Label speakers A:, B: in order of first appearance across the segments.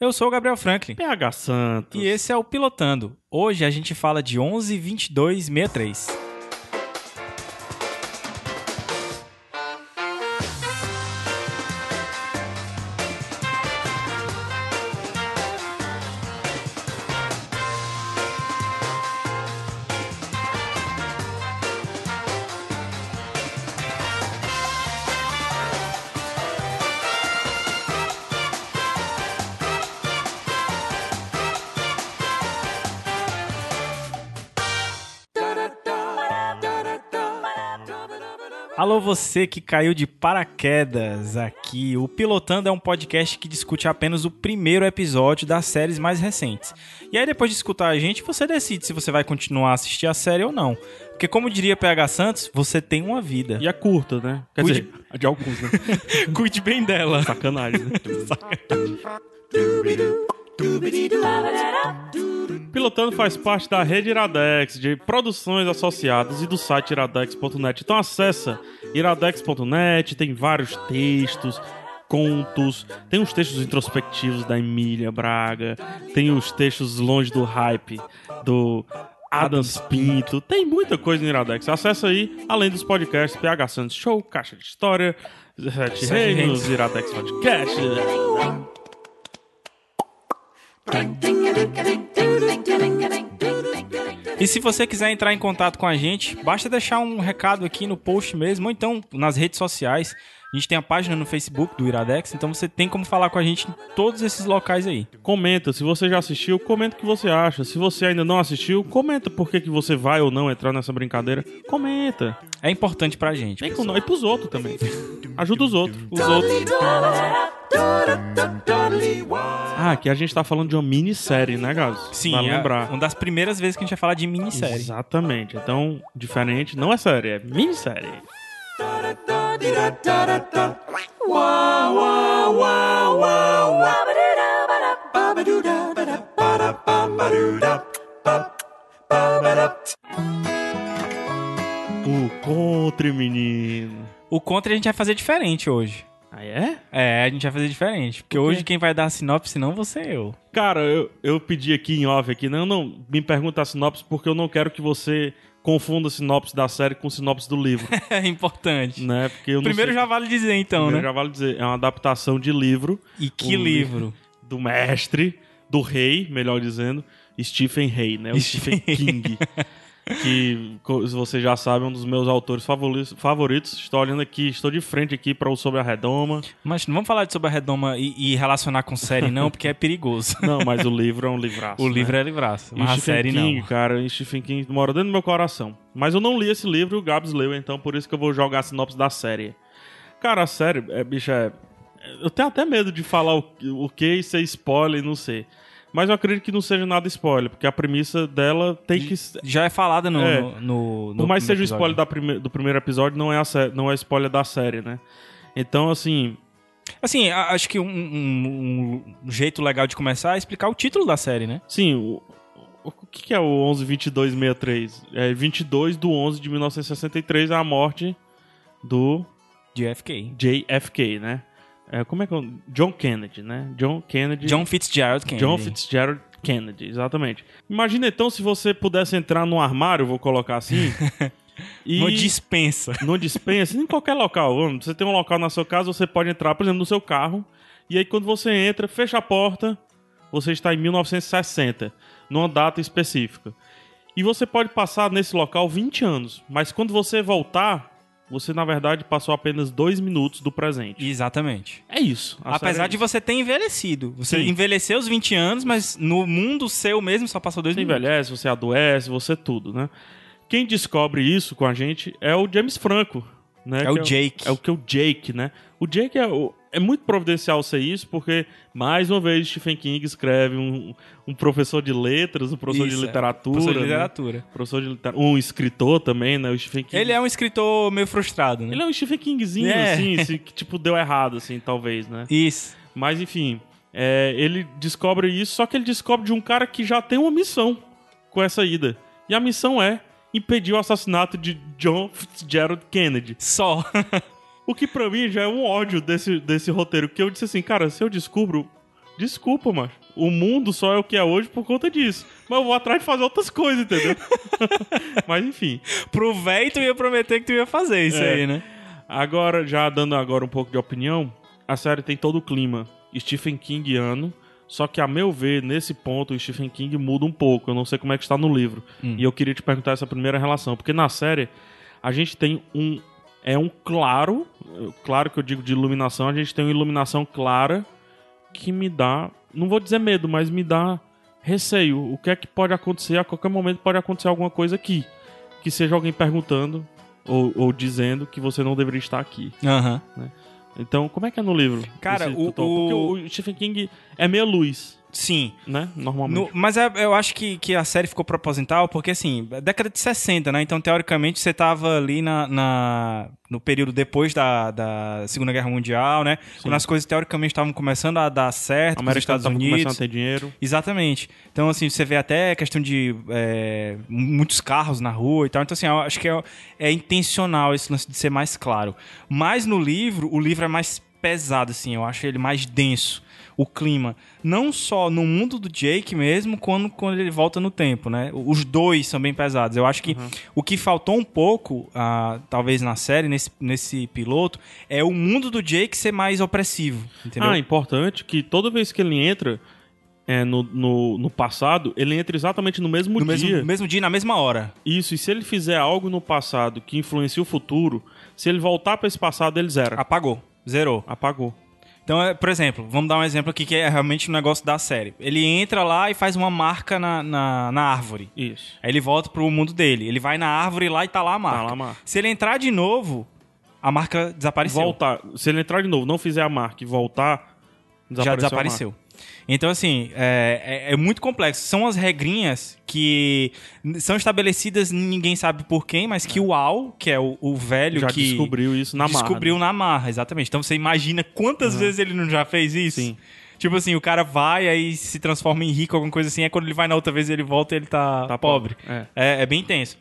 A: Eu sou o Gabriel Franklin.
B: PH Santos.
A: E esse é o Pilotando. Hoje a gente fala de 11 22 63. Alô, você que caiu de paraquedas aqui. O Pilotando é um podcast que discute apenas o primeiro episódio das séries mais recentes. E aí, depois de escutar a gente, você decide se você vai continuar a assistir a série ou não. Porque, como diria PH Santos, você tem uma vida.
B: E a curta, né? Quer
A: Cuide-
B: dizer, a de alguns, né?
A: Cuide bem dela.
B: Sacanagem, né? Pilotando faz parte da rede Iradex, de produções associadas e do site iradex.net. Então acessa iradex.net, tem vários textos, contos, tem os textos introspectivos da Emília Braga, tem os textos longe do hype do Adams Pinto, tem muita coisa no Iradex. Acessa aí, além dos podcasts PH Santos Show, Caixa de História, Sete
A: Sete
B: Reinos,
A: Reinos.
B: Iradex Podcast.
A: E se você quiser entrar em contato com a gente, basta deixar um recado aqui no post mesmo, ou então nas redes sociais. A gente tem a página no Facebook do Iradex, então você tem como falar com a gente em todos esses locais aí.
B: Comenta, se você já assistiu, comenta o que você acha. Se você ainda não assistiu, comenta por que, que você vai ou não entrar nessa brincadeira. Comenta.
A: É importante pra gente.
B: Vem com
A: pessoal.
B: nós. E pros outros também. Ajuda os outros. Os outros. Ah, aqui a gente tá falando de uma minissérie, né, Gabs?
A: Sim,
B: Pra
A: é
B: lembrar.
A: uma das primeiras vezes que a gente vai falar de minissérie.
B: Exatamente. Então, diferente, não é série, é minissérie. O Contre, menino.
A: O contra a gente vai fazer diferente hoje.
B: Ah, é?
A: É, a gente vai fazer diferente. Porque
B: Por quê?
A: hoje quem vai dar a sinopse não vou ser eu.
B: Cara, eu, eu pedi aqui em off aqui, não, não me pergunta a sinopse porque eu não quero que você confunda a sinopse da série com a sinopse do livro,
A: É importante.
B: né? Porque eu não
A: Primeiro
B: sei-
A: já vale dizer então,
B: Primeiro
A: né?
B: já vale dizer, é uma adaptação de livro
A: E que
B: Um
A: livro?
B: do mestre, do rei, melhor dizendo, Stephen Rey, né? O Stephen King. Que, co- você já sabe, é um dos meus autores favori- favoritos. Estou olhando aqui, estou de frente aqui para o Sobre a Redoma.
A: Mas não vamos falar de sobre a redoma e, e relacionar com série, não, porque é perigoso.
B: Não, mas o livro é um livraço.
A: o
B: né?
A: livro é livraço,
B: E
A: mas a série
B: King,
A: não.
B: cara, e Stephen King mora dentro do meu coração. Mas eu não li esse livro, o Gabs leu, então por isso que eu vou jogar a sinopse da série. Cara, a série, é, bicho, é... Eu tenho até medo de falar o, o que e ser spoiler e não sei. Mas eu acredito que não seja nada spoiler, porque a premissa dela tem que... ser-
A: Já é falada no.
B: É.
A: no, no-
B: Por
A: no
B: mais que seja
A: primeiro
B: o spoiler
A: episódio.
B: da prime- do primeiro episódio, não é, a sé- não é spoiler da série, né? Então, assim,
A: Assim, a- acho que um, um- um jeito legal de começar é explicar o título da série, né?
B: Sim, o, o o que, que é o 11-22-63? É 22 do 11 de 1963, a morte do
A: De FK.
B: JFK, né? É, como é que é? o- John Kennedy, né? John Kennedy.
A: John Fitzgerald Kennedy.
B: John Fitzgerald Kennedy, exatamente. Imagina então se você pudesse entrar num armário, vou colocar assim, e
A: Uma dispensa.
B: numa dispensa, em qualquer local. vamos, Você tem um local na sua casa, você pode entrar, por exemplo, no seu carro. E aí, quando você entra, fecha a porta, você está em 1960, numa data específica. E você pode passar nesse local 20 anos, mas quando você voltar, você na verdade passou apenas dois minutos do presente.
A: Exatamente.
B: É isso. a série
A: Apesar
B: é
A: de
B: isso.
A: você ter envelhecido. Você
B: Sim.
A: envelheceu os 20 anos, mas no mundo seu mesmo só passou dois
B: Você
A: minutos.
B: envelhece, você adoece, você tudo, né? Quem descobre isso com a gente é o James Franco, né?
A: É
B: Que
A: o Jake.
B: É o que é o Jake, né? O Jake é, o- é muito providencial ser isso, porque, mais uma vez, Stephen King escreve um, um professor de letras, um professor
A: Isso,
B: de
A: é.
B: literatura.
A: Professor de
B: né?
A: literatura.
B: Professor de litera- Um escritor também, né? O Stephen King.
A: Ele é um escritor meio frustrado, né?
B: Ele é um Stephen Kingzinho,
A: É.
B: assim, esse que, tipo, deu errado, assim, talvez, né?
A: Isso.
B: Mas enfim, é, ele descobre isso, só que ele descobre de um cara que já tem uma missão com essa ida. E a missão é impedir o assassinato de John Fitzgerald Kennedy.
A: Só.
B: O que pra mim já é um ódio desse, desse roteiro, porque eu disse assim, cara, se eu descubro Desculpa, macho. O mundo só é o que é hoje por conta disso. Mas eu vou atrás de fazer outras coisas, entendeu? Mas enfim.
A: Pro véi, tu ia prometer que tu ia fazer isso
B: É.
A: aí, né?
B: Agora, já dando agora um pouco de opinião, a série tem todo o clima Stephen Kingiano, só que a meu ver, nesse ponto, o Stephen King muda um pouco. Eu não sei como é que está no livro. E eu queria te perguntar essa primeira relação, porque na série a gente tem um é um claro, claro que eu digo de iluminação, a gente tem uma iluminação clara que me dá, não vou dizer medo, mas me dá receio. O que é que pode acontecer? A qualquer momento pode acontecer alguma coisa aqui. Que seja alguém perguntando ou, ou dizendo que você não deveria estar aqui.
A: Aham.
B: Então, como é que é no livro?
A: Cara,
B: Esse
A: o-
B: tutor? Porque
A: o-
B: o Stephen King é meia luz,
A: Sim.
B: né?
A: No-
B: Normalmente.
A: mas é- eu acho que, que a série ficou proposital, porque assim, é década de 60, né? Então, teoricamente, você tava ali na, na- no período depois da, da Segunda Guerra Mundial, né? Quando as coisas teoricamente estavam começando a dar certo
B: A
A: nos
B: América
A: Estados
B: tava começando
A: Unidos.
B: a ter dinheiro.
A: Exatamente. Então, assim, você vê até questão de é, muitos carros na rua e tal. Então, assim, eu acho que é, é intencional esse lance de ser mais claro. Mas no livro, o livro é mais pesado, assim, eu acho ele mais denso. O clima. Não só no mundo do Jake mesmo, quando, quando ele volta no tempo, né? Os dois são bem pesados. Eu acho que
B: Uhum.
A: o que faltou um pouco, ah, talvez na série, nesse, nesse piloto, é o mundo do Jake ser mais opressivo. Entendeu?
B: Ah, importante que toda vez que ele entra é, no, no, no passado, ele entra exatamente no mesmo
A: no
B: dia.
A: mesmo, mesmo dia, na mesma hora.
B: Isso, e se ele fizer algo no passado que influencia o futuro, se ele voltar pra esse passado, ele zera.
A: Apagou. Zerou.
B: Apagou.
A: Então, é, por exemplo, vamos dar um exemplo aqui que é realmente um negócio da série. Ele entra lá e faz uma marca na, na, na árvore.
B: Isso.
A: Aí ele volta pro mundo dele. Ele vai na árvore lá e tá lá a marca.
B: lá a marca.
A: Se ele entrar de novo, a marca desapareceu.
B: Voltar. Se ele entrar de novo, não fizer a marca e voltar,
A: já
B: desapareceu a
A: desapareceu. Então, assim, é, é- é muito complexo. São as regrinhas que n- são estabelecidas, ninguém sabe por quem, mas que o Al, que é o, o velho
B: marca. Já
A: que
B: descobriu isso na né? marca.
A: descobriu na marra, exatamente. Então você imagina quantas vezes ele não já fez isso?
B: Sim.
A: Tipo assim, o cara vai, aí se transforma em rico, alguma coisa assim. Aí quando ele vai na outra vez, ele volta e ele tá,
B: Tá
A: pobre.
B: pobre, é.
A: É, é bem intenso.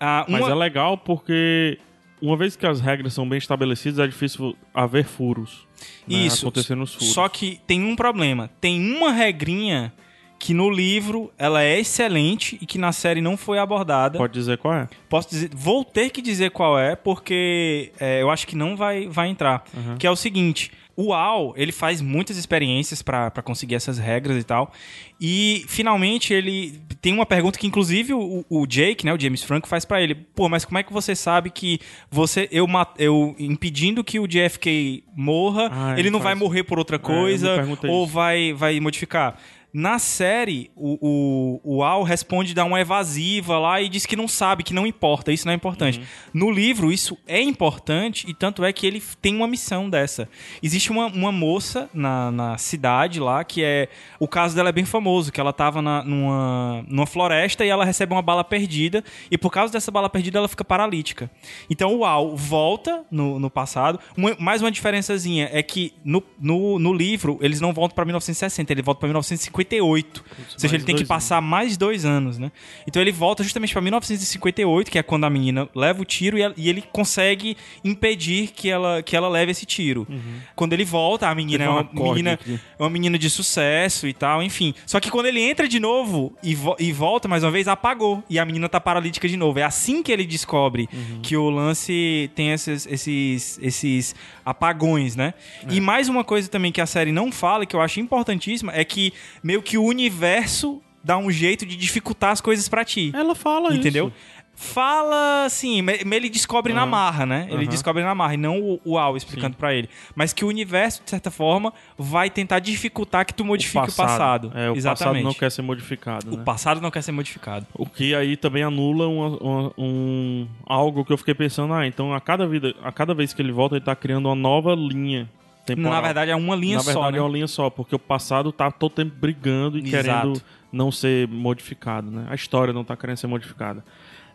A: Ah, uma-
B: Mas é legal porque uma vez que as regras são bem estabelecidas, é difícil haver furos. né?
A: Isso.
B: Acontecendo os furos.
A: Só que tem um problema. Tem uma regrinha que no livro ela é excelente e que na série não foi abordada.
B: Pode dizer qual é?
A: Posso dizer, vou ter que dizer qual é, porque é, eu acho que não vai, vai entrar.
B: Uhum.
A: Que é o seguinte: o Al, ele faz muitas experiências pra pra conseguir essas regras e tal. E finalmente ele tem uma pergunta que, inclusive, o, o Jake, né, o James Franco, faz pra ele: pô, mas como é que você sabe que você, eu, ma- eu impedindo que o JFK morra,
B: Ah,
A: ele,
B: ele
A: não vai
B: faz.
A: morrer por outra
B: É, eu me
A: coisa?
B: perguntei
A: ou
B: isso.
A: vai, vai modificar. Na série, o, o, o Al responde, dá uma evasiva lá e diz que não sabe, que não importa, isso não é
B: Uhum.
A: importante. No livro, isso é importante e tanto é que ele tem uma missão dessa. Existe uma, uma moça na, na cidade lá que é. O caso dela é bem famoso, que ela tava na- numa, numa floresta e ela recebe uma bala perdida e por causa dessa bala perdida ela fica paralítica. Então o Al volta no, no passado. Uma- mais uma diferençazinha é que no, no, no livro eles não voltam pra 1960, ele volta pra 1958. Ou seja,
B: mais
A: ele tem que
B: dois anos.
A: passar mais dois anos, né? Então ele volta justamente pra 1958, que é quando a menina leva o tiro e, ela- e ele consegue impedir que ela, que ela leve esse tiro. Quando ele volta, a menina é
B: Uhum. Teve um
A: uma
B: acorde
A: menina
B: aqui.
A: é uma menina de sucesso e tal, enfim. Só que quando ele entra de novo e, vo- e volta mais uma vez, apagou. E a menina tá paralítica de novo. É assim que ele descobre que o lance tem esses, esses, esses apagões, né? E mais uma coisa também que a série não fala, que eu acho importantíssima, é que meio que o universo dá um jeito de dificultar as coisas pra ti.
B: Ela fala
A: Entendeu?
B: isso.
A: Fala assim, mas mas ele descobre na
B: Aham.
A: marra, né? Ele
B: Aham.
A: descobre na marra e não o, o Al explicando pra ele. Mas que o universo, de certa forma, vai tentar dificultar que tu modifique o passado.
B: É, o passado
A: Exatamente.
B: não quer ser modificado,
A: O
B: né?
A: passado não quer ser modificado.
B: O que aí também anula uma- uma- um, algo que eu fiquei pensando, ah, então a cada, vida, a cada vez que ele volta, ele tá criando uma nova linha temporal.
A: Na verdade, é uma linha
B: Na
A: só,
B: verdade,
A: né?
B: é uma linha só, porque o passado tá todo tempo brigando e
A: Exato.
B: querendo não ser modificado, né? A história não tá querendo ser modificada.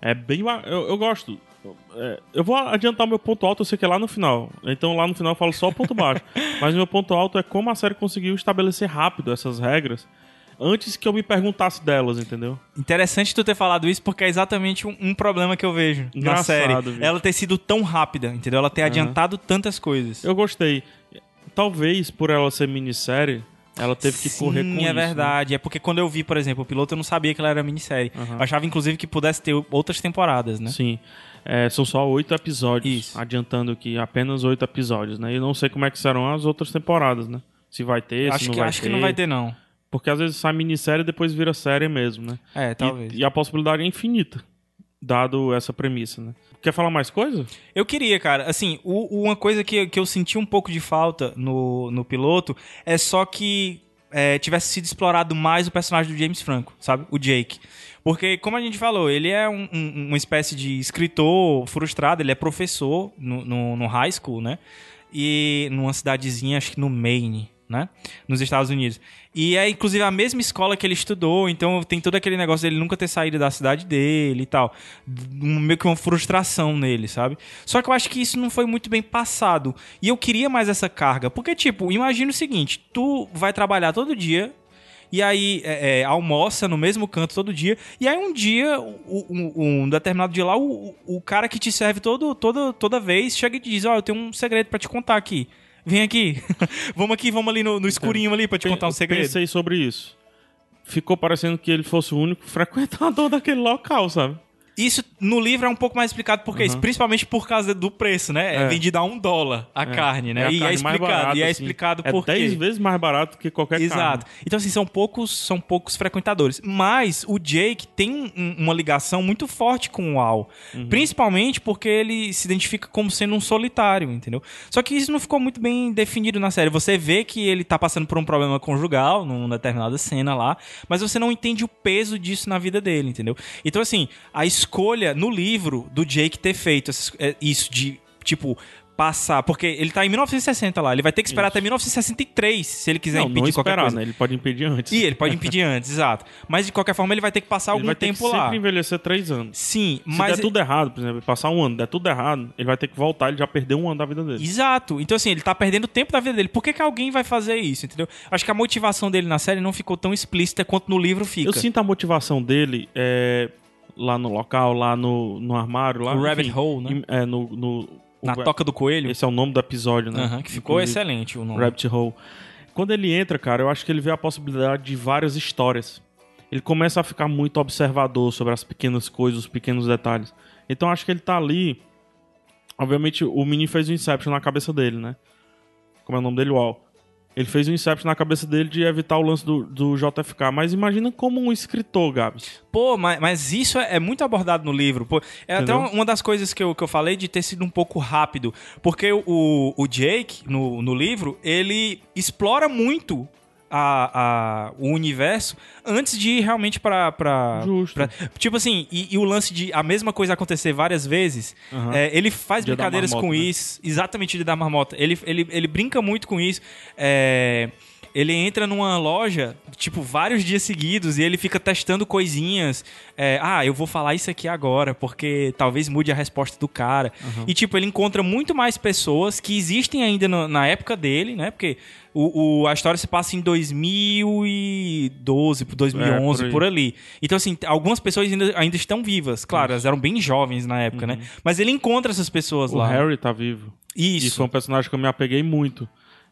B: É bem... ba- Eu, eu gosto. É, eu vou adiantar meu ponto alto, eu sei que é lá no final. Então lá no final eu falo só o ponto baixo. Mas meu ponto alto é como a série conseguiu estabelecer rápido essas regras antes que eu me perguntasse delas, entendeu?
A: Interessante tu ter falado isso, porque é exatamente um, um problema que eu vejo na
B: Engraçado,
A: série.
B: viu?
A: Ela ter sido tão rápida, entendeu? Ela ter adiantado tantas coisas.
B: Eu gostei. Talvez por ela ser minissérie, Ela teve que correr
A: Sim,
B: com
A: é
B: isso, né?
A: verdade. É porque quando eu vi, por exemplo, o piloto, eu não sabia que ela era minissérie.
B: Aham.
A: Eu achava, inclusive, que pudesse ter outras temporadas, né?
B: Sim. É, são só oito episódios.
A: Isso.
B: Adiantando que apenas oito episódios, né? E não sei como é que serão as outras temporadas, né? Se vai ter, se
A: acho
B: não
A: que,
B: vai
A: acho
B: ter.
A: que não vai ter, não.
B: Porque às vezes sai minissérie e depois vira série mesmo, né?
A: É,
B: E-
A: talvez.
B: E, a possibilidade é infinita, dado essa premissa, né? Quer falar mais coisa?
A: Eu queria, cara. Assim, o- uma coisa que, que eu senti um pouco de falta no, no piloto é só que é, tivesse sido explorado mais o personagem do James Franco, sabe? O Jake. Porque, como a gente falou, ele é um- um- uma espécie de escritor frustrado, ele é professor no, no, no high school, né? E numa cidadezinha, acho que no Maine, né? Nos Estados Unidos. E é, inclusive, a mesma escola que ele estudou, então tem todo aquele negócio dele nunca ter saído da cidade dele e tal. Um- meio que uma frustração nele, sabe? Só que eu acho que isso não foi muito bem passado. E eu queria mais essa carga. Porque, tipo, imagina o seguinte: tu vai trabalhar todo dia. E aí, é, é, almoça no mesmo canto todo dia. E aí, um dia, um, um- um determinado dia lá, o, o o cara que te serve todo, todo, toda vez chega e te diz: Ó, eu tenho um segredo pra te contar aqui. Vem aqui. vamos aqui, vamos ali no, no escurinho ali pra te contar um
B: Eu
A: segredo.
B: Pensei sobre isso. Ficou parecendo que ele fosse o único frequentador daquele local, sabe?
A: Isso no livro é um pouco mais explicado porque isso, principalmente por causa do preço, né? É,
B: É.
A: vendido a um dólar a carne, né?
B: a
A: e, é
B: carne mais
A: explicado,
B: barata,
A: e é
B: assim.
A: explicado por
B: É dez
A: quê.
B: vezes mais barato que qualquer
A: Exato. Então, assim, são poucos, são poucos frequentadores. Mas o Jake tem um- uma ligação muito forte com o Al. Principalmente porque ele se identifica como sendo um solitário, entendeu? Só que isso não ficou muito bem definido na série. Você vê que ele tá passando por um problema conjugal numa determinada cena lá, mas você não entende o peso disso na vida dele, entendeu? Então, assim, a escolha no livro do Jake ter feito essas- é, isso de, tipo... Passar, porque ele tá em 1960 lá, ele vai ter que esperar até 1963 se ele quiser
B: Não,
A: impedir
B: não
A: qualquer
B: esperar,
A: coisa.
B: né? Ele pode impedir antes.
A: E ele pode impedir antes, exato. Mas de qualquer forma ele vai ter que passar
B: ele
A: algum
B: vai ter
A: tempo
B: que
A: lá.
B: sempre envelhecer três anos.
A: Sim,
B: Se
A: mas
B: der tudo errado, por exemplo, passar um ano, der tudo errado, ele vai ter que voltar, ele já perdeu um ano da vida dele.
A: Exato. Então, assim, ele tá perdendo tempo da vida dele. Por que, que alguém vai fazer isso, entendeu? Acho que a motivação dele na série não ficou tão explícita quanto no livro fica.
B: Eu sinto a motivação dele é, lá no local, lá no, no armário, lá
A: O
B: enfim,
A: Rabbit Hole, né?
B: em- É, no, no-
A: Na
B: o-
A: Toca do Coelho.
B: Esse é o nome do episódio, né?
A: Aham, que ficou é
B: Inclusive,
A: excelente o nome.
B: um Rabbit Hole. Quando ele entra, cara, eu acho que ele vê a possibilidade de várias histórias. Ele começa a ficar muito observador sobre as pequenas coisas, os pequenos detalhes. Então acho que ele tá ali. Obviamente, o menino fez o Inception na cabeça dele, né? Como é o nome dele? Uau. Ele fez o Inception na cabeça dele de evitar o lance do, do JFK. Mas imagina como um escritor, Gabs.
A: Pô, mas, mas isso é, é muito abordado no livro. Pô, é até
B: Entendeu?
A: um- uma das coisas que eu, que eu falei de ter sido um pouco rápido. Porque o, o Jake, no, no livro, ele explora muito a, a- o universo antes de ir realmente pra. pra
B: Justo.
A: pra- tipo assim, e, e o lance de a mesma coisa acontecer várias vezes,
B: Aham.
A: é, ele faz
B: Dia da
A: brincadeiras
B: marmota,
A: com
B: né?
A: isso. Exatamente, ele da marmota. Ele, ele, ele brinca muito com isso. É, ele entra numa loja, tipo, vários dias seguidos e ele fica testando coisinhas. É, ah, eu vou falar isso aqui agora, porque talvez mude a resposta do cara.
B: Uhum.
A: E, tipo, ele encontra muito mais pessoas que existem ainda no- na época dele, né? Porque o, o- a história se passa em 2012, 2011,
B: É, por aí.
A: por ali. Então, assim, algumas pessoas ainda, ainda estão vivas. Claro,
B: Uhum.
A: elas eram bem jovens na época, né? Mas ele encontra essas pessoas
B: O
A: lá.
B: Harry tá vivo. E
A: Isso.
B: foi um personagem que eu me apeguei muito.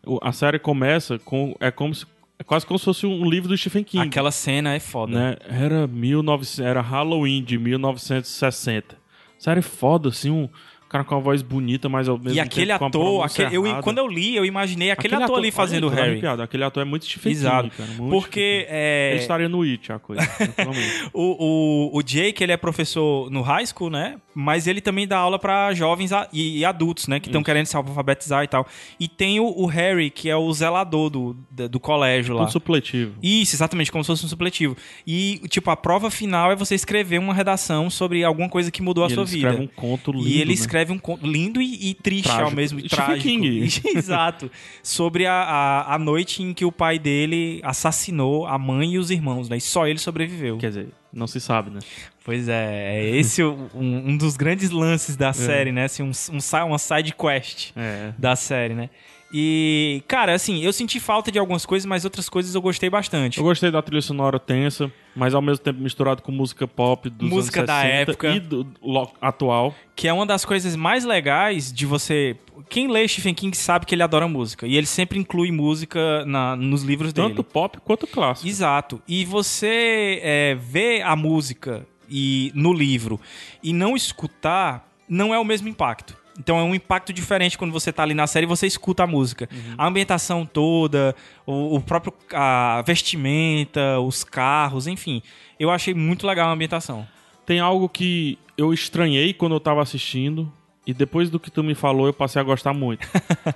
B: O- a série começa com. É, como se- é quase como se fosse um livro do Stephen King.
A: Aquela cena é foda.
B: né? Era 1900, era Halloween de 1960. Série foda, assim, um cara com uma voz bonita, mas ao mesmo
A: E
B: tempo
A: aquele
B: com uma
A: ator,
B: pronúncia
A: aquele- eu,
B: errada.
A: quando eu li, eu imaginei aquele, ator, ali
B: olha,
A: fazendo o
B: eu tô
A: Harry.
B: arrepiado. Aquele ator é muito Stephen
A: Exato.
B: King, cara, muito Stephen
A: Porque
B: King.
A: é,
B: Ele estaria no It, a coisa. né? tranquilamente.
A: o, o, o Jake, ele é professor no high school, né? Mas ele também dá aula pra jovens a- e, e adultos, né? Que estão querendo se alfabetizar e tal. E tem o, o Harry, que é o zelador do, da- do colégio lá.
B: um supletivo.
A: Isso, exatamente, como se fosse um supletivo. E, tipo, a prova final é você escrever uma redação sobre alguma coisa que mudou
B: E
A: a
B: ele
A: sua vida.
B: escreve um conto lindo.
A: E ele
B: né?
A: escreve um conto lindo e, e triste
B: Trágico.
A: ao mesmo
B: Stephen
A: trágico.
B: King.
A: Exato. Sobre a, a, a noite em que o pai dele assassinou a mãe e os irmãos, né? E só ele sobreviveu.
B: Quer dizer, não se sabe, né?
A: Pois é, é esse o- um, É. um dos grandes lances da série, né? Assim, um, um, si- uma side quest
B: É.
A: da série, né? E, cara, assim, eu senti falta de algumas coisas, mas outras coisas eu gostei bastante.
B: Eu gostei da trilha sonora tensa, mas ao mesmo tempo misturado com música pop dos
A: Música
B: anos
A: da
B: 60
A: época.
B: e do, lo- atual.
A: que é uma das coisas mais legais de você. Quem lê Stephen King sabe que ele adora música. E ele sempre inclui música na- nos livros
B: Tanto
A: dele. né?
B: pop quanto clássico.
A: Exato. E você é, ver a música e no livro e não escutar não é o mesmo impacto. Então é um impacto diferente quando você tá ali na série e você escuta a música.
B: Uhum.
A: A ambientação toda, o, o próprio a vestimenta, os carros, enfim. Eu achei muito legal a ambientação.
B: Tem algo que eu estranhei quando eu tava assistindo. E depois do que tu me falou, eu passei a gostar muito.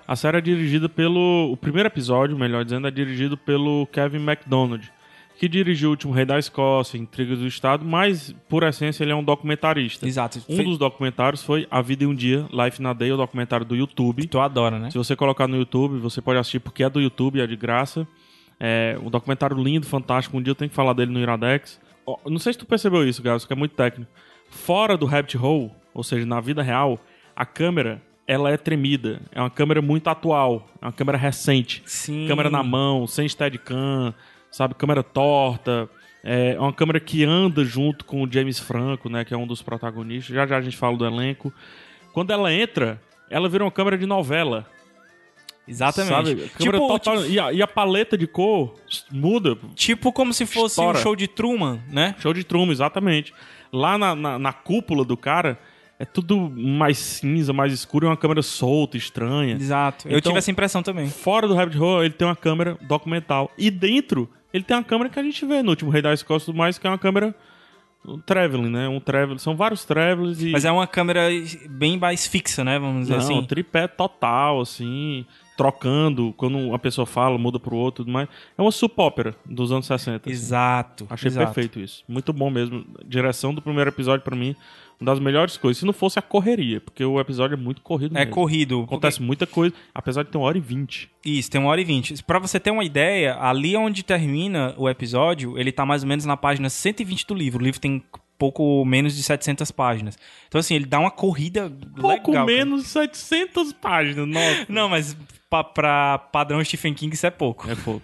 B: a série é dirigida pelo. O primeiro episódio, melhor dizendo, é dirigido pelo Kevin MacDonald, que dirigiu O Último Rei da Escócia, Intrigas do Estado, mas, por essência, ele é um documentarista.
A: Exato.
B: Um dos documentários foi A Vida em um Dia, Life na Day, o documentário do YouTube.
A: Tu adora, né?
B: Se você colocar no YouTube, você pode assistir porque é do YouTube, é de graça. É um documentário lindo, fantástico. Um dia eu tenho que falar dele no Iradex. Ó, Não sei se tu percebeu isso, Gabs, que é muito técnico. Fora do rabbit hole, ou seja, na vida real, a câmera ela é tremida. É uma câmera muito atual, é uma câmera recente.
A: Sim.
B: Câmera na mão, sem steadicam, sabe? Câmera torta. É uma câmera que anda junto com o James Franco, né? Que é um dos protagonistas. Já já a gente fala do elenco. Quando ela entra, ela vira uma câmera de novela.
A: Exatamente.
B: Sabe? Câmera
A: Tipo,
B: total-
A: tipo,
B: E, a, e a paleta de cor muda.
A: tipo como se fosse
B: Estoura.
A: um show de Truman, né?
B: Show de truma, exatamente. Lá na, na, na cúpula do cara, é tudo mais cinza, mais escuro, é uma câmera solta, estranha.
A: Exato. Eu
B: Então-
A: tive essa impressão também.
B: Fora do Rabbit Hole, ele tem uma câmera documental. E dentro, ele tem uma câmera que a gente vê no último Rei da Escócia e tudo mais, que é uma câmera um traveling, né? Um traveling. São vários travelings e.
A: Mas é uma câmera bem mais fixa, né? Vamos dizer
B: Não,
A: assim.
B: tripé total, assim, trocando, quando uma pessoa fala, muda pro outro e tudo mais. É uma soap opera dos anos 60. assim.
A: Exato.
B: Achei
A: exato.
B: perfeito isso. Muito bom mesmo. Direção do primeiro episódio, pra mim, uma das melhores coisas. Se não fosse a correria, porque o episódio é muito corrido
A: É
B: mesmo.
A: corrido.
B: Acontece muita coisa, apesar de ter uma hora e vinte.
A: Isso, tem uma hora e vinte. Pra você ter uma ideia, ali é onde termina o episódio, ele tá mais ou menos na página 120 do livro. O livro tem pouco menos de 700 páginas. Então, assim, ele dá uma corrida
B: Pouco
A: legal. cara.
B: menos de 700 páginas. Nossa.
A: Não, mas pra, pra padrão Stephen King isso é pouco.
B: É pouco.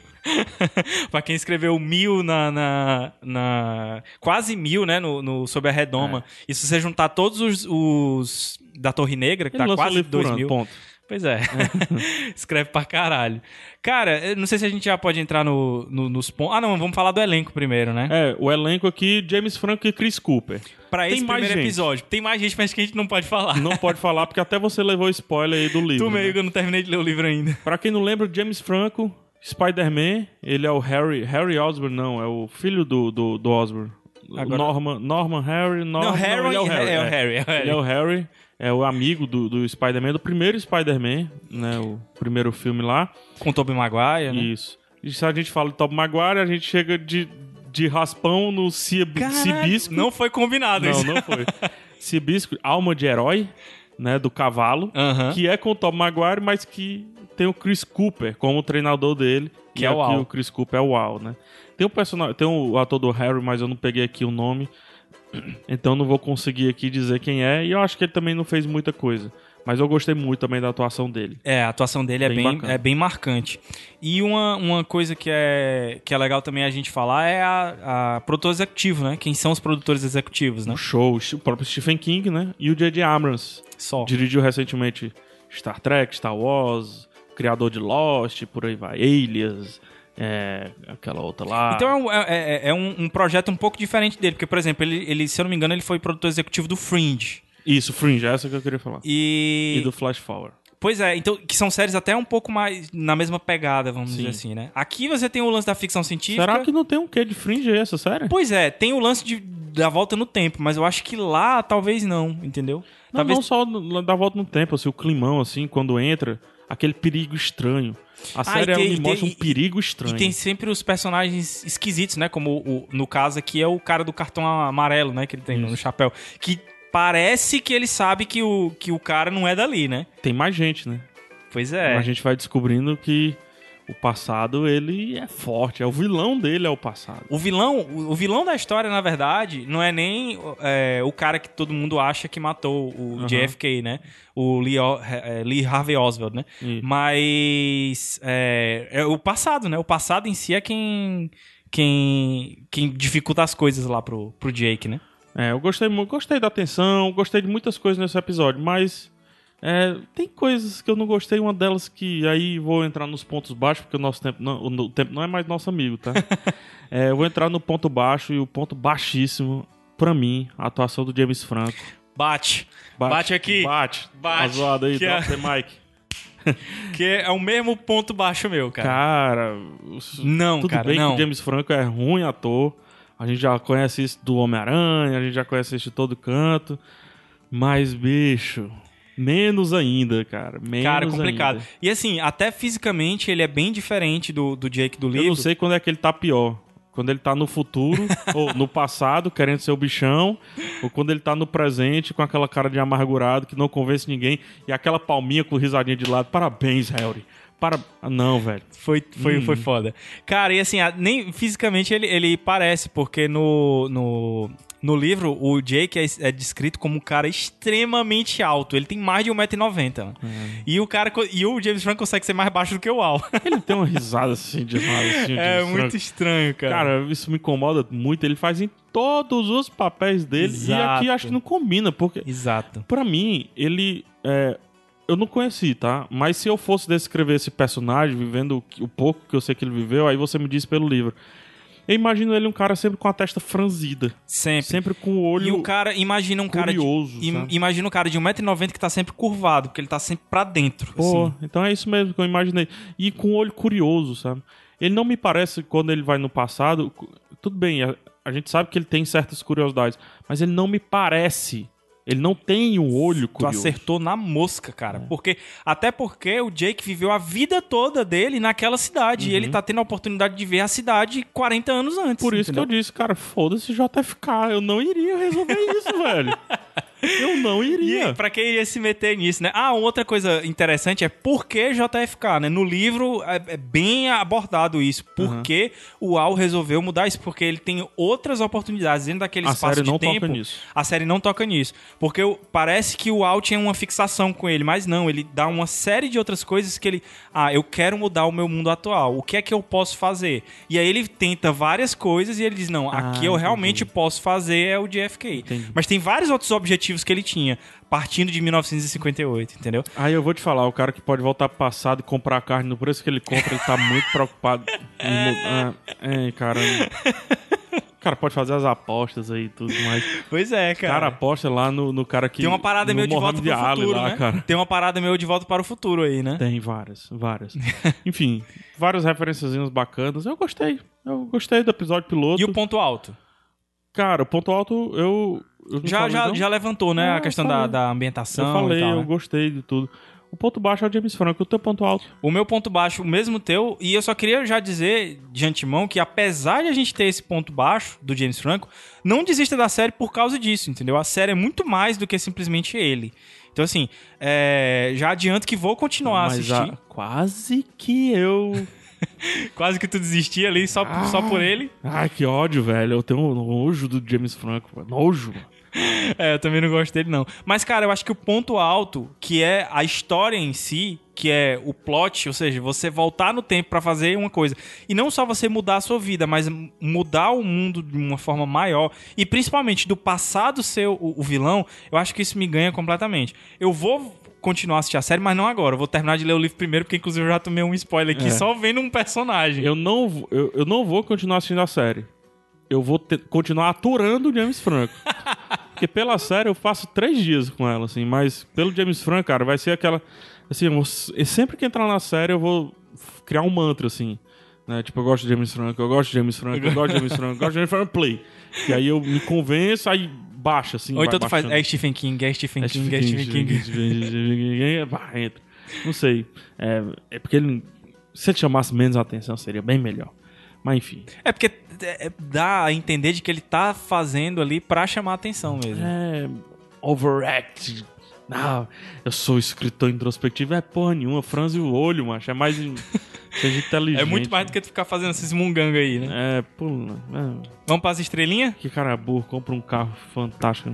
A: pra quem escreveu mil na. na, na- quase mil, né? No, no Sob a Redoma.
B: É.
A: E se você juntar todos os, os da Torre Negra, que
B: Ele
A: tá
B: lança o
A: quase
B: livro por
A: dois
B: ano,
A: mil.
B: ponto.
A: Pois é. Escreve pra caralho. Cara, eu não sei se a gente já pode entrar no, no- nos pontos. Ah, não, vamos falar do elenco primeiro, né?
B: É, o elenco aqui, James Franco e Chris Cooper.
A: Pra
B: Tem
A: esse
B: mais
A: primeiro
B: gente.
A: episódio. Tem mais gente, mas que a gente não pode falar.
B: Não pode falar, porque até você levou spoiler aí do livro.
A: tu meio
B: né?
A: que eu não terminei de ler o livro ainda.
B: Pra quem não lembra, James Franco, Spider-Man, ele é o Harry. Harry Osborn, não, é o filho do, do, do Osborn.
A: Agora-
B: Norman, Norman Harry, Norman.
A: não, Harry,
B: ele é o Harry.
A: é o
B: é.
A: Harry. É o Harry.
B: Ele é o Harry, é o amigo do, do Spider-Man, do primeiro Spider-Man, né? O primeiro filme lá.
A: Com o Tobey Maguire, né?
B: Isso. E se a gente fala de Top Maguire, a gente chega de, de raspão no Cib-
A: Caralho,
B: Cibisco.
A: não foi combinado
B: não,
A: isso.
B: não foi. Cibisco, alma de herói, né? Do cavalo.
A: Aham.
B: Que é com o Tom Maguire, mas que tem o Chris Cooper como treinador dele.
A: Que
B: e
A: é o
B: aqui
A: Al.
B: O Chris Cooper é o Al, né? Tem o personagem, tem o ator do Harry, mas eu não peguei aqui o nome. Então não vou conseguir aqui dizer quem é. E eu acho que ele também não fez muita coisa. Mas eu gostei muito também da atuação dele.
A: É, a atuação dele
B: Bem
A: é, bem,
B: bacana.
A: é bem marcante. E uma, uma coisa que é, que é legal também a gente falar é a, a produtor executivo, né? Quem são os produtores executivos, né?
B: O Um show, o próprio Stephen King, né? E o J.J. Abrams.
A: Só.
B: Dirigiu recentemente Star Trek, Star Wars, criador de Lost, por aí vai, Alias, é, aquela outra lá.
A: Então é um- é, é- é um, um projeto um pouco diferente dele, porque, por exemplo, ele, ele, se eu não me engano, ele foi produtor executivo do Fringe.
B: Isso, Fringe, é essa que eu queria falar.
A: E.
B: E, do Flash Forward.
A: Pois é, então, que são séries até um pouco mais na mesma pegada, vamos dizer assim, né? Aqui você tem o lance da ficção científica.
B: Será que não tem um quê de Fringe aí, essa série?
A: Pois é, tem o lance de, da volta no tempo, mas eu acho que lá talvez não, entendeu?
B: Não,
A: talvez
B: não só no- da volta no tempo, assim, o climão, assim, quando entra, aquele perigo estranho. A série
A: e tem-
B: ela me
A: e tem-
B: mostra
A: e-
B: um perigo estranho.
A: E tem sempre os personagens esquisitos, né? Como o, o- no caso aqui é o cara do cartão amarelo, né? Que ele tem no chapéu. Que parece que ele sabe que o, que o cara não é dali, né?
B: Tem mais gente, né?
A: Pois é.
B: A gente vai descobrindo que O passado, ele é forte. É o vilão dele é o passado.
A: O vilão, o vilão da história, na verdade, não é nem é, o cara que todo mundo acha que matou o
B: Aham.
A: JFK, né? O Lee, O- é, Lee Harvey Oswald, né?
B: Hum.
A: Mas é, é o passado, né? O passado em si é quem quem quem dificulta as coisas lá pro, pro Jake, né?
B: É, eu gostei, mu- gostei da atenção, gostei de muitas coisas nesse episódio, mas é, tem coisas que eu não gostei, uma delas que aí vou entrar nos pontos baixos, porque o nosso tempo não, o no- o tempo não é mais nosso amigo, tá? É, eu vou entrar no ponto baixo e o ponto baixíssimo, pra mim, a atuação do James Franco.
A: Bate. Bate aqui.
B: Bate.
A: Bate.
B: Tá zoado aí,
A: Que
B: dropa aí, Mike.
A: Que é o mesmo ponto baixo meu, cara.
B: Cara, os-
A: Não,
B: tudo
A: cara,
B: bem
A: não.
B: que o James Franco é ruim ator. A gente já conhece isso do Homem-Aranha, a gente já conhece isso de todo canto. Mas, bicho, menos ainda, cara. Menos
A: Cara, é complicado.
B: ainda.
A: E assim, até fisicamente ele é bem diferente do, do Jake do livro.
B: Eu não sei quando é que ele tá pior. Quando ele tá no futuro, ou no passado, querendo ser o bichão, ou quando ele tá no presente com aquela cara de amargurado que não convence ninguém e aquela palminha com risadinha de lado. Parabéns, Harry. Para... Ah, Não, velho.
A: Foi, foi,
B: Hum.
A: foi foda. Cara, e assim, a- nem fisicamente ele, ele parece, porque no, no, no livro o Jake é, é descrito como um cara extremamente alto. Ele tem mais de 1,90m. mano.
B: É.
A: E o cara. co- E o James Franco consegue ser mais baixo do que o Al.
B: Ele tem uma risada assim de lado. Assim,
A: É
B: de
A: muito estranho, cara.
B: Cara, isso me incomoda muito. Ele faz em todos os papéis dele. E
A: Exato.
B: aqui acho que não combina, porque
A: Exato.
B: pra mim, ele. é, eu não conheci, tá? Mas se eu fosse descrever esse personagem, vivendo o que- o, pouco que eu sei que ele viveu, aí você me diz pelo livro. Eu imagino ele um cara sempre com a testa franzida.
A: Sempre.
B: Sempre com o
A: E
B: olho
A: o cara, imagina um cara. de-
B: curioso.
A: im-
B: sabe?
A: imagina um cara de 1,90m que tá sempre curvado, porque ele tá sempre pra dentro.
B: Pô,
A: assim.
B: então é isso mesmo que eu imaginei. E com o olho curioso, sabe? Ele não me parece quando ele vai no passado. cu- Tudo bem, a, a gente sabe que ele tem certas curiosidades, mas ele não me parece. Ele não tem um olho
A: Tu
B: curioso. É.
A: acertou na mosca, cara. Porque até porque o Jake viveu a vida toda dele naquela cidade e ele tá tendo a oportunidade de ver a cidade 40 anos antes.
B: Uhum. Por isso
A: entendeu?
B: que eu disse, cara, foda-se JFK, eu não iria resolver isso, velho. Eu não
A: E aí,
B: iria.
A: pra quem ia se meter nisso, né? Ah, outra coisa interessante é por que JFK, né? No livro é é bem abordado isso. Por
B: Uhum.
A: que o Al resolveu mudar isso? Porque ele tem outras oportunidades dentro daquele
B: A
A: espaço
B: série
A: de
B: não
A: tempo.
B: toca nisso.
A: A série não toca nisso. Porque o- parece que o Al tinha uma fixação com ele, mas não, ele dá uma série de outras coisas que ele. Ah, eu quero mudar o meu mundo atual. O que é que eu posso fazer? E aí ele tenta várias coisas e ele diz: não,
B: Ah,
A: aqui eu
B: entendi.
A: realmente posso fazer é o JFK.
B: Entendi.
A: Mas tem vários outros objetivos que ele tinha, partindo de 1958, entendeu?
B: Aí eu vou te falar, o cara que pode voltar pro passado e comprar a carne no preço que ele compra, ele tá muito preocupado. em mu- ah, é, caramba. O cara pode fazer as apostas aí e tudo mais.
A: Pois é,
B: O cara aposta lá no, no cara que.
A: Tem uma parada
B: no
A: meio de volta
B: Muhammad
A: para o
B: Ali
A: futuro,
B: lá,
A: né?
B: cara.
A: Tem uma parada meio de volta para o futuro aí, né?
B: Tem várias, várias. Enfim, várias referenciazinhas bacanas. Eu gostei. Eu gostei do episódio piloto.
A: E o ponto alto?
B: Cara, o ponto alto eu. eu não
A: Já,
B: falei,
A: já,
B: não.
A: já levantou, né?
B: Não,
A: a questão
B: eu
A: da,
B: falei.
A: da
B: Eu
A: ambientação.
B: falei,
A: e tal,
B: eu
A: né?
B: gostei de tudo. O ponto baixo é o James Franco. O teu ponto alto.
A: O meu ponto baixo, o mesmo teu, e eu só queria já dizer de antemão que apesar de a gente ter esse ponto baixo do James Franco, não desista da série por causa disso, entendeu? A série é muito mais do que simplesmente ele. Então, assim, é, já adianto que vou continuar
B: Mas
A: assistindo.
B: a- quase que eu.
A: Quase que tu desistia ali só, por- só
B: Ah.
A: por ele.
B: Ai, que ódio, velho. Eu tenho um nojo do James Franco. velho. Nojo. mano.
A: É, eu também não gosto dele, não. Mas, cara, eu acho que o ponto alto, que é a história em si, que é o plot, ou seja, você voltar no tempo pra fazer uma coisa. E não só você mudar a sua vida, mas m- mudar o mundo de uma forma maior. E principalmente do passado ser o, o vilão, eu acho que isso me ganha completamente. Eu vou continuar a assistir a série, mas não agora. Eu vou terminar de ler o livro primeiro, porque inclusive eu já tomei um spoiler aqui
B: É.
A: só vendo um personagem.
B: Eu não, vou- eu, eu não vou continuar assistindo a série. Eu vou te- continuar aturando o James Franco. Porque pela série eu faço três dias com ela, assim. Mas pelo James Franco, cara, vai ser aquela. Assim, eu vou s- e sempre que entrar na série eu vou f- criar um mantra, assim. Né? Tipo, eu gosto de James Franco, eu gosto de James Franco, eu gosto de James Franco, eu gosto de James Franco, play. E aí eu me convenço, aí baixa, assim.
A: Ou então
B: vai
A: tu faz,
B: baixando.
A: é Stephen King, é Stephen King, é Stephen King.
B: Pá, entra. Não sei. É, é porque ele, se ele chamasse menos atenção, seria bem melhor. Mas enfim.
A: É porque é, é, dá a entender de que ele tá fazendo ali pra chamar a atenção mesmo.
B: É. Overact. Não, eu sou escritor introspectivo. É porra nenhuma. Franze o olho, macho. É mais. em- Seja inteligente.
A: É muito mais do que tu ficar fazendo esses munganga aí, né?
B: É, pula. É,
A: Vamos pras estrelinhas?
B: que cara burro, compra um carro fantástico.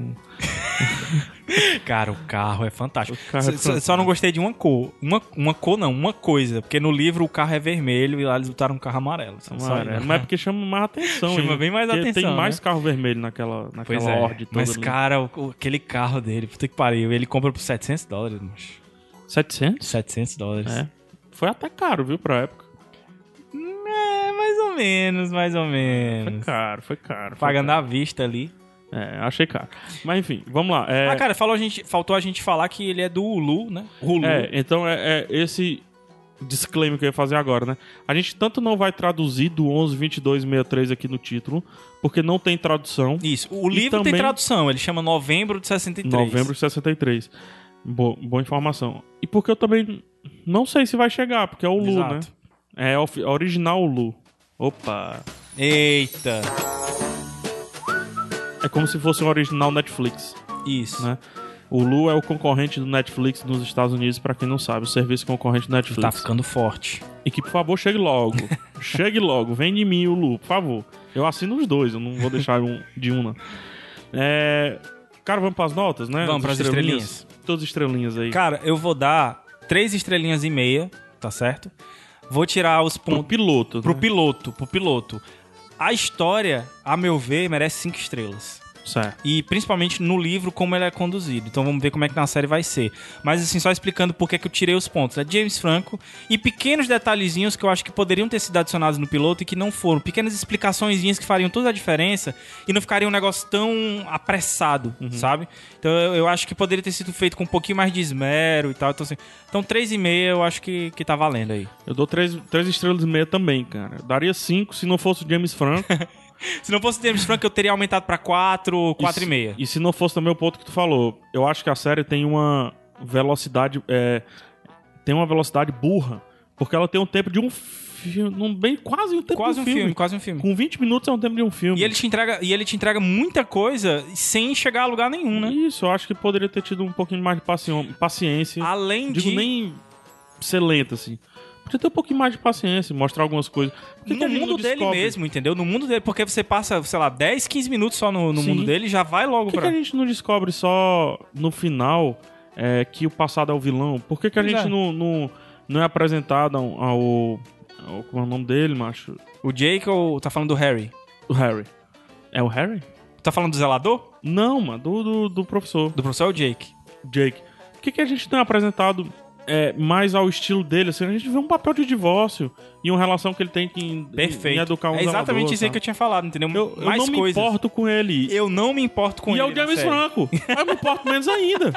A: Cara, o carro é fantástico.
B: O carro é
A: Só- só,
B: fantástico.
A: não gostei de uma cor. Uma, uma cor não, uma coisa. Porque no livro o carro é vermelho e lá eles botaram um carro amarelo. Só- só
B: Amarelo.
A: isso.
B: Mas é porque chama mais atenção.
A: Chama
B: hein?
A: bem mais
B: Porque
A: atenção,
B: Tem
A: né?
B: mais carro vermelho naquela, naquela
A: Pois
B: ordem
A: é.
B: toda.
A: Mas,
B: ali.
A: cara, o- o- aquele carro dele, puta que pariu, ele compra por 700 dólares, macho.
B: 700?
A: 700 dólares.
B: É. Foi até caro, viu, pra época.
A: É, mais ou menos, mais ou
B: É, Foi
A: menos.
B: caro, foi caro. foi
A: Pagando
B: caro.
A: à vista ali.
B: É, achei caro. Mas enfim, vamos lá. É,
A: Ah, cara, falou a gente, faltou a gente falar que ele é do Hulu, né? Hulu.
B: É, então é, é esse disclaimer que eu ia fazer agora, né? A gente tanto não vai traduzir do 11, 22, 63 aqui no título, porque não tem tradução.
A: Isso. O
B: E
A: livro tem
B: também-
A: tradução, ele chama Novembro de 63.
B: Novembro de 63. Boa, boa informação. E porque eu também não sei se vai chegar, porque é o Lu,
A: Exato.
B: né? É of- original Lu. Opa!
A: Eita.
B: É como se fosse um original Netflix,
A: Isso.
B: né? O Lu é o concorrente do Netflix nos Estados Unidos, pra quem não sabe, o serviço concorrente do Netflix.
A: Tá ficando forte.
B: E que, por favor, chegue logo. chegue logo. Vem em mim o Lu, por favor. Eu assino os dois, eu não vou deixar um de um, não. É... Cara, vamos pras notas, né?
A: Vamos
B: As
A: pras
B: Todas as estrelinhas aí.
A: Cara, eu vou dar três estrelinhas e meia, tá certo? Vou tirar os
B: Pro
A: pontos
B: piloto.
A: pro
B: né?
A: piloto, pro piloto. A história, a meu ver, merece cinco estrelas.
B: Certo.
A: E principalmente no livro, como ele é conduzido. Então vamos ver como é que na série vai ser. Mas assim, só explicando por que que eu tirei os pontos. É James Franco e pequenos detalhezinhos que eu acho que poderiam ter sido adicionados no piloto e que não foram. Pequenas explicaçõezinhas que fariam toda a diferença e não ficaria um negócio tão apressado, sabe? Então eu, eu acho que poderia ter sido feito com um pouquinho mais de esmero e tal. Então, assim, então 3,5 eu acho que, que tá valendo aí.
B: Eu dou três, três estrelas e meia também, cara. Eu daria cinco se não fosse o James Franco.
A: Se não fosse James Franco, eu teria aumentado pra 4,
B: se-
A: 4,5.
B: E se não fosse também o ponto que tu falou, eu acho que a série tem uma velocidade. é, tem uma velocidade burra. Porque ela tem um tempo de um filme. um bem, quase o tempo
A: Quase
B: de
A: um filme, quase um filme.
B: Com 20 minutos é um tempo de um filme.
A: E ele te entrega, e ele te entrega muita coisa sem chegar a lugar nenhum, né?
B: Isso, eu acho que poderia ter tido um pouquinho mais de paci- paciência.
A: Além
B: Não digo
A: de
B: nem ser lento, assim. Podia ter um pouquinho mais de paciência, mostrar algumas coisas. Por que que
A: no
B: a gente
A: mundo
B: não
A: dele
B: descobre?
A: mesmo, entendeu? No mundo dele, porque você passa, sei lá, 10, 15 minutos só no, no
B: Sim.
A: mundo dele e já vai logo
B: Por que, é que
A: pra.
B: a gente não descobre só no final é, que o passado é o vilão? Por que, que a
A: Pois
B: gente
A: é.
B: não, não, não é apresentado ao, ao- ao- Como é o nome dele, macho?
A: O Jake ou tá falando do Harry?
B: O Harry. É o Harry?
A: Tá falando do zelador?
B: Não, mano, do, do, do professor.
A: Do professor é o Jake.
B: Jake. Por que, que a gente não é apresentado é, mais ao estilo dele? Assim, a gente vê um papel de divórcio e uma relação que ele tem que em,
A: Perfeito.
B: em educar um
A: é exatamente isso aí que eu tinha falado, entendeu?
B: eu, eu
A: Mais
B: não me
A: coisas.
B: importo com ele.
A: Eu não me importo com
B: e
A: ele.
B: é o
A: na
B: James
A: série.
B: Franco. Eu me importo menos ainda.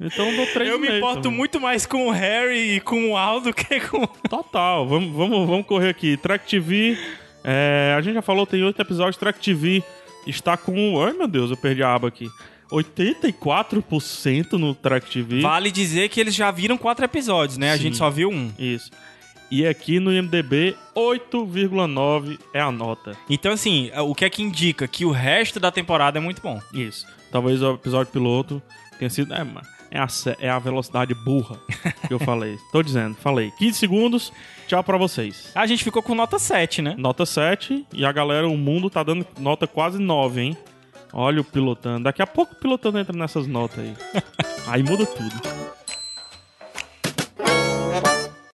B: Então eu dou três
A: Eu me
B: e-mails
A: importo
B: também.
A: muito mais com o Harry e com o Al do que com.
B: Total. Vamos, vamos, vamos correr aqui. Track TV. é, a gente já falou, tem oito episódios. Track TV está com. Ai meu Deus, eu perdi a aba aqui. 84% no Track TV.
A: Vale dizer que eles já viram quatro episódios, né? A
B: Sim.
A: gente só viu um.
B: Isso. E aqui no IMDB, 8,9 é a nota.
A: Então, assim, o que é que indica? Que o resto da temporada é muito bom.
B: Isso. Talvez o episódio piloto tenha sido. É, mano, é, a, sé- é a velocidade burra que eu falei. Tô dizendo, falei. 15 segundos, tchau pra vocês.
A: A gente ficou com nota 7, né?
B: Nota 7, e a galera, o mundo tá dando nota quase 9, hein? Olha o pilotando. Daqui a pouco o pilotando entra nessas notas aí. Aí muda tudo.